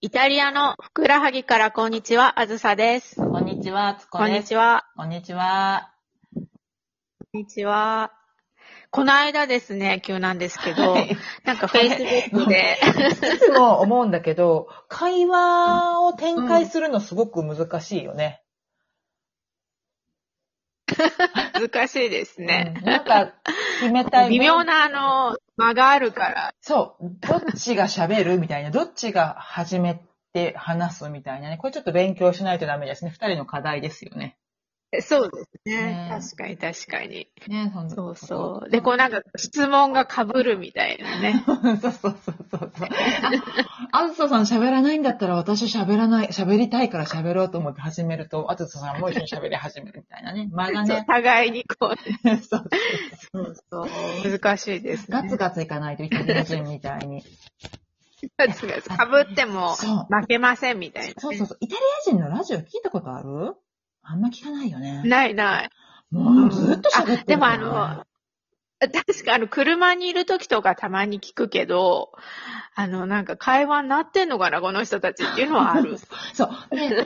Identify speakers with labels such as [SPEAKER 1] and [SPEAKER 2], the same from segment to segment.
[SPEAKER 1] イタリアのふくらはぎからこんにちは、あずさです。
[SPEAKER 2] こんにちは、つこ
[SPEAKER 1] こん
[SPEAKER 2] で
[SPEAKER 1] に
[SPEAKER 2] す。
[SPEAKER 1] ちは。
[SPEAKER 2] こんにちは。
[SPEAKER 1] こんにちは。この間ですね、急なんですけど、
[SPEAKER 2] はい
[SPEAKER 1] なんか Facebook で、
[SPEAKER 2] いつも思うんだけど、会話を展開するのすごく難しいよね。
[SPEAKER 1] 難しいですね。
[SPEAKER 2] うんなんか、決めたい。
[SPEAKER 1] 微妙。なあの、間があるから、
[SPEAKER 2] そう。どっちが喋るみたいな、どっちが始めて話すみたいなね。これちょっと勉強しないとダメですね。二人の課題ですよね。
[SPEAKER 1] そうですね。
[SPEAKER 2] ね
[SPEAKER 1] 確かに確かに。
[SPEAKER 2] ね、そんな
[SPEAKER 1] そうそう。で、こうなんか質問が被るみたいなね。
[SPEAKER 2] そうそうそうそうそう。 ああずささん喋らないんだったら私喋らない、喋りたいから喋ろうと思って始めると、あずささんも一緒に喋り始めるみたいなね。間 が
[SPEAKER 1] そう
[SPEAKER 2] ね。
[SPEAKER 1] 互いにこう、
[SPEAKER 2] そう
[SPEAKER 1] そうそう。難しいです
[SPEAKER 2] ガ
[SPEAKER 1] ね。
[SPEAKER 2] ツガツいかないとイタリア人みたいに。
[SPEAKER 1] ガ ツガツ被っても
[SPEAKER 2] そう
[SPEAKER 1] 負けませんみたいなね、
[SPEAKER 2] そうそうそう。イタリア人のラジオ聞いたことあるあんま聞かないよね。
[SPEAKER 1] ないない。
[SPEAKER 2] もうずっと喋
[SPEAKER 1] あ
[SPEAKER 2] ってる、
[SPEAKER 1] でもあの、確かあの、車にいる時とかたまに聞くけど、あの、なんか会話になってんのかな、この人たちっていうのはある。
[SPEAKER 2] そう。で、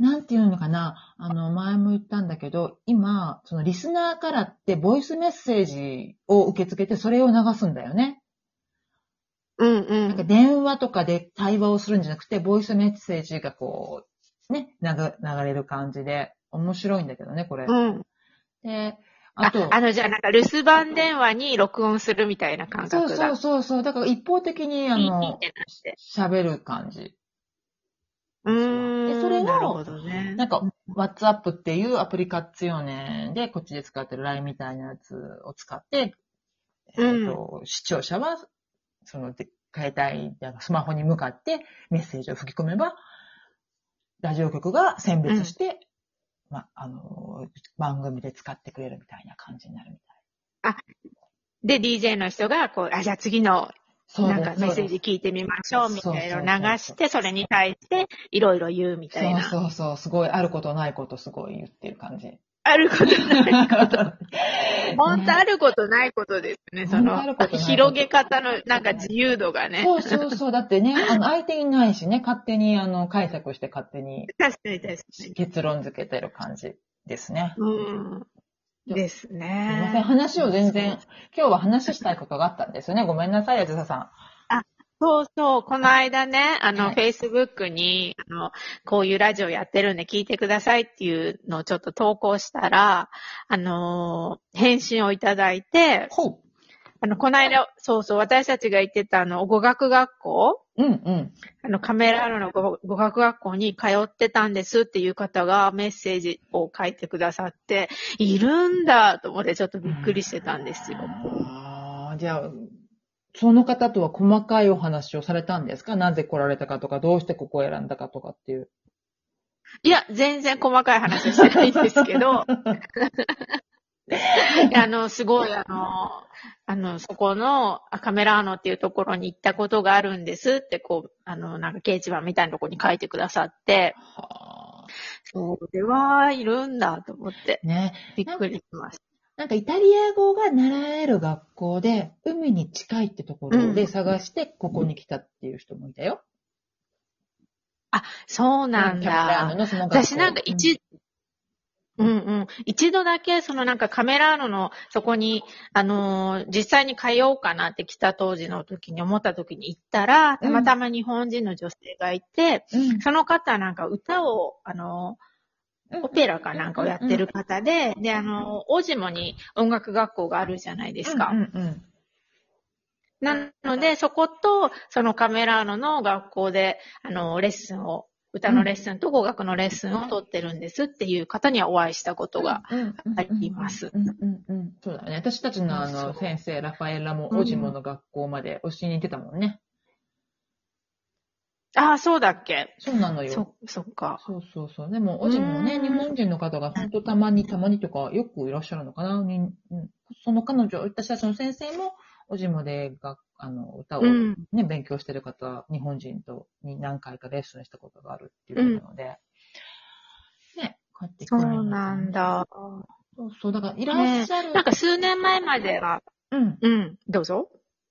[SPEAKER 2] なんていうのかな。あの、前も言ったんだけど、今、そのリスナーからって、ボイスメッセージを受け付けて、それを流すんだよね。
[SPEAKER 1] うんう
[SPEAKER 2] なんか
[SPEAKER 1] ん。
[SPEAKER 2] 電話とかで対話をするんじゃなくて、ボイスメッセージがこう、ね、流流れる感じで、面白いんだけどね、これ。
[SPEAKER 1] うん。
[SPEAKER 2] で、あ
[SPEAKER 1] あ
[SPEAKER 2] と、
[SPEAKER 1] あの、じゃあなんか留守番電話に録音するみたいな感
[SPEAKER 2] そう
[SPEAKER 1] 覚だ。
[SPEAKER 2] そうそうそう。だから一方的に、あ
[SPEAKER 1] ピーピーっ
[SPEAKER 2] の
[SPEAKER 1] て、なって。
[SPEAKER 2] 喋る感じ。
[SPEAKER 1] うーん。
[SPEAKER 2] でそれを
[SPEAKER 1] なるほどね。
[SPEAKER 2] なんか、WhatsApp っていうアプリカッツよねで、こっちで使ってる LINE みたいなやつを使って、え
[SPEAKER 1] うん
[SPEAKER 2] っと、視聴者は、その、で携帯、だからスマホに向かってメッセージを吹き込めば、ラジオ局が選別して、ま、あの、番組で使ってくれるみたいな感じになるみたい。
[SPEAKER 1] で、DJ の人が、こう、あ、じゃあ次の、
[SPEAKER 2] そう
[SPEAKER 1] なん
[SPEAKER 2] です
[SPEAKER 1] かメッセー
[SPEAKER 2] そう
[SPEAKER 1] ジ聞いてみましょう、みたい
[SPEAKER 2] そうそう
[SPEAKER 1] な
[SPEAKER 2] そう
[SPEAKER 1] のを流して、それに対して、いろいろ言うみたい
[SPEAKER 2] で
[SPEAKER 1] な。
[SPEAKER 2] すそうそうそう、すごい、あることないことすごい言ってる感じ。
[SPEAKER 1] あることない。 本当
[SPEAKER 2] ね
[SPEAKER 1] あることないことですね。その
[SPEAKER 2] 本当あることない、こと
[SPEAKER 1] 広げ方のなんか自由度がね。
[SPEAKER 2] そうそうそう。だって ね、あの、相手いないしね、勝手に、あの、解釈して勝手に
[SPEAKER 1] 確かに確かに。
[SPEAKER 2] 結論付けてる感じですね。
[SPEAKER 1] うん。です
[SPEAKER 2] すいません。
[SPEAKER 1] ね。
[SPEAKER 2] 話を全然、今日は話したいことがあったんですよね。ごめんなさい、やずささ
[SPEAKER 1] そうそう。この間ね、あの、
[SPEAKER 2] はい
[SPEAKER 1] Facebook に、あの、こういうラジオやってるんで聞いてくださいっていうのをちょっと投稿したら、あのー返信をいただいて
[SPEAKER 2] ん。、ほ
[SPEAKER 1] あの、この間、そうそう、私たちが行ってたあの、語学学校
[SPEAKER 2] う。うんうん。
[SPEAKER 1] あの、カメラロの語語学学校に通ってたんですっていう方がメッセージを書いてくださって、いるんだと思ってちょっとびっくりしてたんですよ。
[SPEAKER 2] ああ、じゃあ、その方とは細かいお話をされたんですかなぜ来られたかとか、どうしてここを選んだかとかっていう。
[SPEAKER 1] いや、全然細かい話してないんですけど、いやあの、すごいあの、あの、そこのあカメラーノっていうところに行ったことがあるんですって、こう、あの、なんか掲示板みたいなところに書いてくださって、
[SPEAKER 2] はあ。
[SPEAKER 1] そう、では、いるんだと思って、
[SPEAKER 2] ね。
[SPEAKER 1] びっくりしました。
[SPEAKER 2] なんかイタリア語が習える学校で、海に近いってところ
[SPEAKER 1] う
[SPEAKER 2] で
[SPEAKER 1] ん
[SPEAKER 2] 探して、ここに来たっていう人もいたよ。
[SPEAKER 1] そうなん
[SPEAKER 2] キャメラー
[SPEAKER 1] だ
[SPEAKER 2] ノ。のその学校
[SPEAKER 1] 私なんか一、うんうん。一度だけ、そのなんかカメラーノの、そこに、あのー実際に通おうかなって来た当時の時に思った時に行ったら、たまたま日本人の女性がいて、
[SPEAKER 2] うん
[SPEAKER 1] その方なんか歌を、あのー
[SPEAKER 2] うん
[SPEAKER 1] オペラかなんかをやってる方で、で、あのー、大島に音楽学校があるじゃないですか。
[SPEAKER 2] うんうんうん
[SPEAKER 1] なので、そこと、そのカメラーノの学校で、あの、レッスンを、歌のレッスンと語学のレッスンを取ってるんですっていう方にはお会いしたことが。あります
[SPEAKER 2] うんうんうんそうだよね。私たちのあの
[SPEAKER 1] そう
[SPEAKER 2] 先生、ラファエラも
[SPEAKER 1] うん
[SPEAKER 2] オジモの学校まで教えに行ってたもんね。
[SPEAKER 1] ああ、そうだっけ
[SPEAKER 2] そうなのよ。
[SPEAKER 1] そ、そっか。
[SPEAKER 2] そうそうそう。でも、オジモね、
[SPEAKER 1] うん
[SPEAKER 2] 日本人の方が本当たまに、たまにとか、よくいらっしゃるのかな。にうんその彼女、私たちの先生も、オジモでがあの歌を
[SPEAKER 1] う
[SPEAKER 2] ね、
[SPEAKER 1] ん。
[SPEAKER 2] 勉強してる方、日本人とに何回かレッスンしたことがあるっていうことなので、ね、帰ってきて
[SPEAKER 1] そ
[SPEAKER 2] もらいま
[SPEAKER 1] う
[SPEAKER 2] すね
[SPEAKER 1] なん。だ。
[SPEAKER 2] そうそう、だから、いらっしゃる。
[SPEAKER 1] なんか数年前までは、
[SPEAKER 2] うん。
[SPEAKER 1] うん、どうぞ。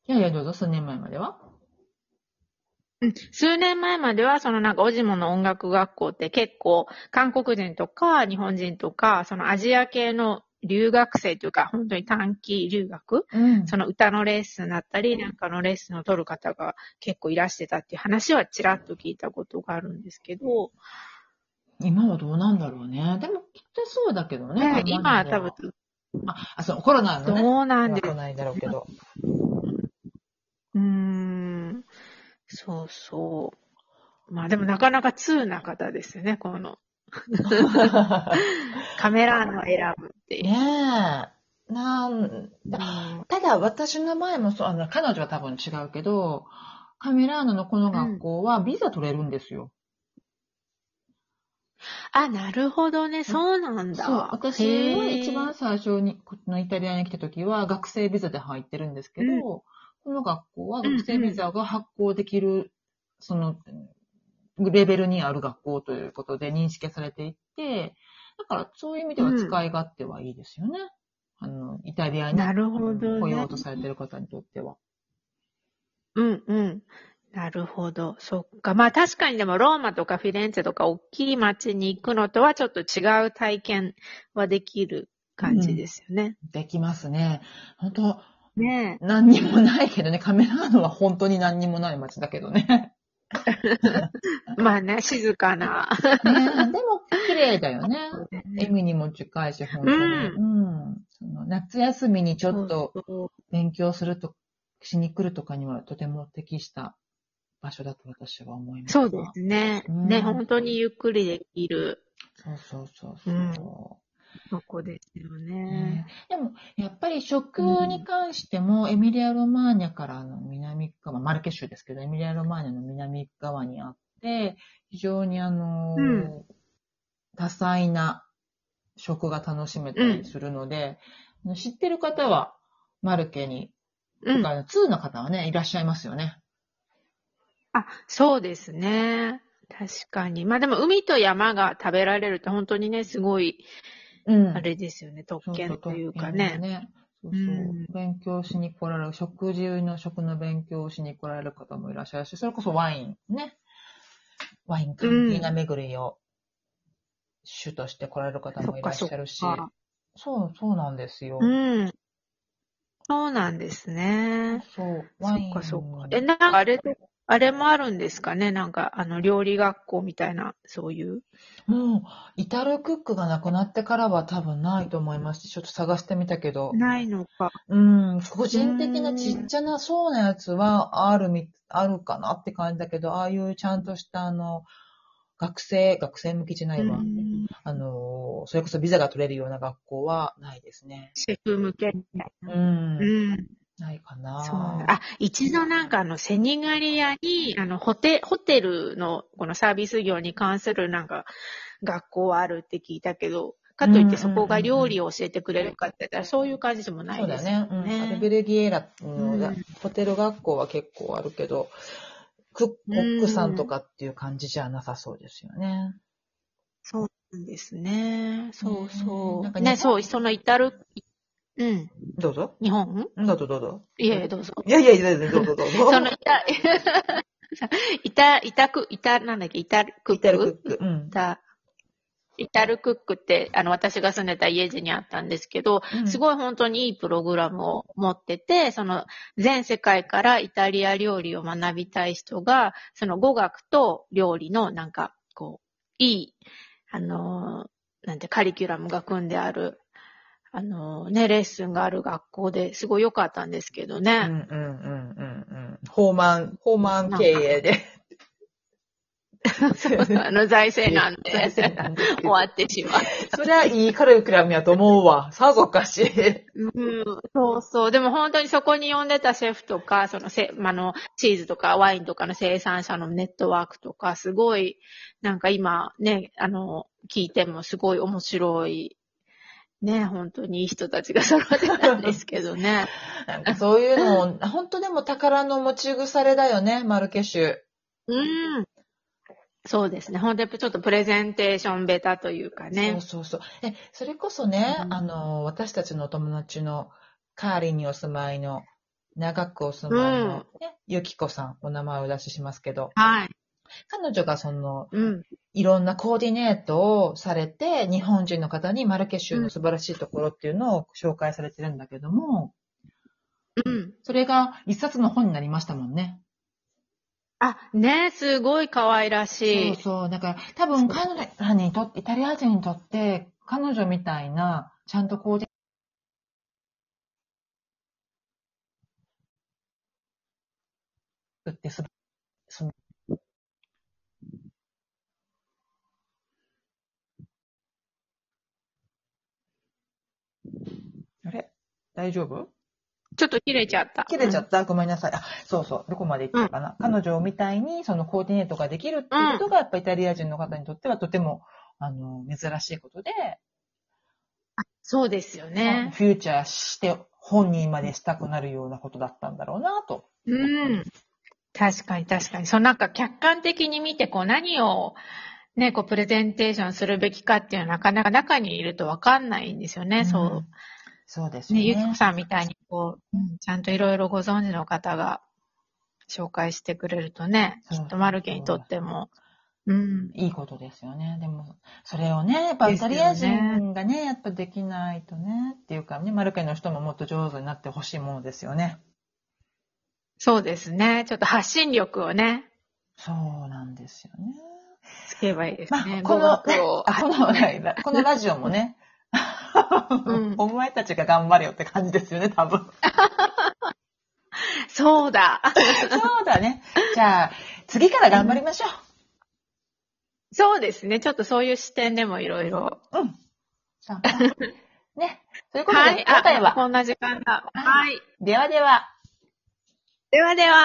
[SPEAKER 2] いやいや、どうぞ、数年前までは。
[SPEAKER 1] うん数年前までは、そのなんか、オジモの音楽学校って結構、韓国人とか日本人とか、そのアジア系の留学生というか、本当に短期留学、
[SPEAKER 2] うん
[SPEAKER 1] その歌のレッスンだったり、なんかのレッスンを取る方が結構いらしてたっていう話はちらっと聞いたことがあるんですけど、
[SPEAKER 2] 今はどうなんだろうね。でも、きっとそうだけどね。
[SPEAKER 1] ね今は多分、
[SPEAKER 2] あ、そう、コロナのね。
[SPEAKER 1] どうなんで
[SPEAKER 2] 来ないんだろうけど。
[SPEAKER 1] うーんそうそう。まあでもなかなか通な方ですよね、こ のカメラの選ぶっていう。
[SPEAKER 2] ねえ。なん
[SPEAKER 1] うん
[SPEAKER 2] ただ私の前もそう、あの、彼女は多分違うけど、カメラーノのこの学校はビザ取れるんですよ。
[SPEAKER 1] あ、なるほどね、そうなんだ。
[SPEAKER 2] そう、私は一番最初に、このイタリアに来た時は学生ビザで入ってるんですけど、
[SPEAKER 1] うん
[SPEAKER 2] この学校は学生ビザが発行できる、その、レベルにある学校ということで認識されていて、だからそういう意味では使い勝手はいいですよね。あの、イタリ
[SPEAKER 1] へ
[SPEAKER 2] ア
[SPEAKER 1] ー
[SPEAKER 2] に
[SPEAKER 1] なるほど
[SPEAKER 2] 来よ
[SPEAKER 1] ね
[SPEAKER 2] う。とされてる方にとっては。
[SPEAKER 1] うんうん。なるほど。そっか。まあ確かにでもローマとかフィレンツェとか大きい街に行くのとはちょっと違う体験はできる感じですよね。
[SPEAKER 2] できますね。本当
[SPEAKER 1] ねえ。
[SPEAKER 2] 何にもないけどね、カメラーノは本当に何にもない街だけ どね。
[SPEAKER 1] まあね、静かな。
[SPEAKER 2] ねでも、綺麗だよね。海にも近いし、本当に。うん。その夏休みにちょっと
[SPEAKER 1] そうそう
[SPEAKER 2] 勉強すると、しに来るとかにはとても適した場所だと私は思います。
[SPEAKER 1] そうですね。
[SPEAKER 2] うん
[SPEAKER 1] ね、本当にゆっくりできる
[SPEAKER 2] そうそうそうそう。
[SPEAKER 1] うんとこですよね。
[SPEAKER 2] ねでも、やっぱり食に関しても、エミリア・ロマーニャからの南側、マルケ州ですけど、エミリア・ロマーニャの南側にあって、非常にあのー
[SPEAKER 1] うん
[SPEAKER 2] 多彩な食が楽しめたりするので、知ってる方は、マルケに、
[SPEAKER 1] うん。
[SPEAKER 2] あの通の方はね、いらっしゃいますよね。
[SPEAKER 1] あ、そうですね。確かに。まあでも海と山が食べられるって本当にね、すごい、
[SPEAKER 2] うん
[SPEAKER 1] あれですよね、特
[SPEAKER 2] そうそう
[SPEAKER 1] 権というか
[SPEAKER 2] 特権
[SPEAKER 1] ね。
[SPEAKER 2] がねそうそう
[SPEAKER 1] うん
[SPEAKER 2] 勉強しに来られる、食事の食の勉強をしに来られる方もいらっしゃるし、それこそワインね。ワイン関係な巡りを主として来られる方もいらっしゃるし。
[SPEAKER 1] そっかそっか
[SPEAKER 2] そう、そうなんですよ。
[SPEAKER 1] うん。そうなんですね。
[SPEAKER 2] そう、
[SPEAKER 1] そ
[SPEAKER 2] ワイン。
[SPEAKER 1] っかそっか。え、なんかあれ、あれもあるんですかねなんか、あの、料理学校みたいな、そういう。
[SPEAKER 2] もう、イタルクックがなくなってからは多分ないと思いますちょっと探してみたけど。
[SPEAKER 1] ないのか。
[SPEAKER 2] うん、個人的なちっちゃなそうなやつはあるみ、あるかなって感じだけど、ああいうちゃんとしたあの、学生、学生向きじゃな
[SPEAKER 1] う
[SPEAKER 2] いわ。
[SPEAKER 1] ん
[SPEAKER 2] あの、それこそビザが取れるような学校はないですね。
[SPEAKER 1] シェフ向けみたいうな。
[SPEAKER 2] ん、
[SPEAKER 1] うん。
[SPEAKER 2] ないかな。
[SPEAKER 1] そうなんだあ、一度なんかあの、セニガリアに、あの、ホテ、ホテルの、このサービス業に関するなんか、学校はあるって聞いたけど、かといってそこが料理を教えてくれるかって言ったら、そういう感じでもな
[SPEAKER 2] そう
[SPEAKER 1] いで
[SPEAKER 2] だ
[SPEAKER 1] す。
[SPEAKER 2] ね。うん。
[SPEAKER 1] ね
[SPEAKER 2] アルベルギエラの、
[SPEAKER 1] うん
[SPEAKER 2] ホテル学校は結構あるけど、クッコックさんとかっていう感じじゃなさそうですよね。
[SPEAKER 1] そうなんですね。そう
[SPEAKER 2] うん
[SPEAKER 1] そ
[SPEAKER 2] なんか
[SPEAKER 1] う。
[SPEAKER 2] 日本
[SPEAKER 1] ね、そう、その至る、うん。
[SPEAKER 2] どうぞ。
[SPEAKER 1] 日本
[SPEAKER 2] どうぞどうぞ。
[SPEAKER 1] いえ、どうぞ。
[SPEAKER 2] いやいやいや、どうぞどうぞ。
[SPEAKER 1] そのいた、 いた、いたく、いた、なんだっけ、いたく
[SPEAKER 2] イタルクック。うん。
[SPEAKER 1] た、イタルクックって、あの、私が住んでた家路にあったんですけど、す
[SPEAKER 2] い。
[SPEAKER 1] ごい本当にいいプログラムを持ってて、その、全世界からイタリア料理を学びたい人が、その語学と料理の、なんか、こう、いい、あのー、なんて、カリキュラムが組んである、あのー、ね、レッスンがある学校ですごい良かったんですけどね。
[SPEAKER 2] うんうんうんうんうん。放満、放満経営で。そう
[SPEAKER 1] あの、財政なんで、
[SPEAKER 2] 財 政
[SPEAKER 1] 終
[SPEAKER 2] 難ですけど
[SPEAKER 1] わってしまう。
[SPEAKER 2] そりゃいいカルクラムやと思うわ。さぞかし。
[SPEAKER 1] うん、そうそう。でも本当にそこに呼んでたシェフとか、そのせ、まあの、チーズとかワインとかの生産者のネットワークとか、すごい、なんか今ね、あの、聞いてもすごい面白い、ね、本当にいい人たちが揃ってたんですけど ね。
[SPEAKER 2] なんかそういうのを、本当でも宝の持ち腐れだよね、マルケシュ。
[SPEAKER 1] うん。そうですね。本当にちょっとプレゼンテーションベタというかね。
[SPEAKER 2] そうそうそう。え、それこそね、
[SPEAKER 1] うん
[SPEAKER 2] あの、私たちのお友達のカーリンにお住まいの長くお住まいの、ね、ゆきこさん、お名前をお出ししますけど、
[SPEAKER 1] はい。
[SPEAKER 2] 彼女がその、
[SPEAKER 1] うん。
[SPEAKER 2] いろんなコーディネートをされて、日本人の方にマルケ州の素晴らしいところっていうのを紹介されてるんだけども、
[SPEAKER 1] うん。
[SPEAKER 2] それが一冊の本になりましたもんね。
[SPEAKER 1] あ、ねすごい可愛らし
[SPEAKER 2] そう
[SPEAKER 1] い。
[SPEAKER 2] そう。だから多分彼らにとって、イタリア人にとって、彼女みたいな、ちゃんとコーディネートってすそのあれ大丈夫
[SPEAKER 1] ちょっと切れちゃった。
[SPEAKER 2] 切れちゃ
[SPEAKER 1] た。
[SPEAKER 2] った、ごめんなさい。あ、そうそう。どこまで行ったかな、彼女みたいに、そのコーディネートができるっていうことが、やっぱイタリア人の方にとってはとても、あの、珍しいことで、
[SPEAKER 1] そうですよ
[SPEAKER 2] まあ
[SPEAKER 1] ね。
[SPEAKER 2] フューチャーして本人までしたくなるようなことだったんだろうなと。
[SPEAKER 1] うん。確かに確かに。そのなんか客観的に見て、こう何を、ね、こうプレゼンテーションするべきかっていうのはなかなか中にいるとわかんないんですよね。
[SPEAKER 2] ん
[SPEAKER 1] そ
[SPEAKER 2] そうです
[SPEAKER 1] う。
[SPEAKER 2] よ
[SPEAKER 1] ね、
[SPEAKER 2] ね。
[SPEAKER 1] ゆきこさんみたいにこう、うんちゃんといろいろご存知の方が紹介してくれるとね、
[SPEAKER 2] そ
[SPEAKER 1] き
[SPEAKER 2] う
[SPEAKER 1] っとマルケにとっても。うん。
[SPEAKER 2] いいことですよね。でも、それをね、やっぱイタリア人がね、やっぱできないとね、っていうかね、マルケの人ももっと上手になってほしいものですよね。
[SPEAKER 1] そうですね。ちょっと発信力をね、
[SPEAKER 2] そうなんですよね。
[SPEAKER 1] つけばいいです
[SPEAKER 2] まあ
[SPEAKER 1] ね。
[SPEAKER 2] この
[SPEAKER 1] 語学を
[SPEAKER 2] あこのライブこのラジオもね、
[SPEAKER 1] うん
[SPEAKER 2] お前たちが頑張れよって感じですよね、多分。
[SPEAKER 1] そうだ。
[SPEAKER 2] そうだね。じゃあ、次から頑張りましょ
[SPEAKER 1] そうですね。ちょっとそういう視点でもいろいろ。
[SPEAKER 2] う。うん。頑張ろうね。ということで、
[SPEAKER 1] はい。
[SPEAKER 2] 今回
[SPEAKER 1] あ、
[SPEAKER 2] は、
[SPEAKER 1] こんな時間だ。はい。
[SPEAKER 2] ではでは。
[SPEAKER 1] ではでは。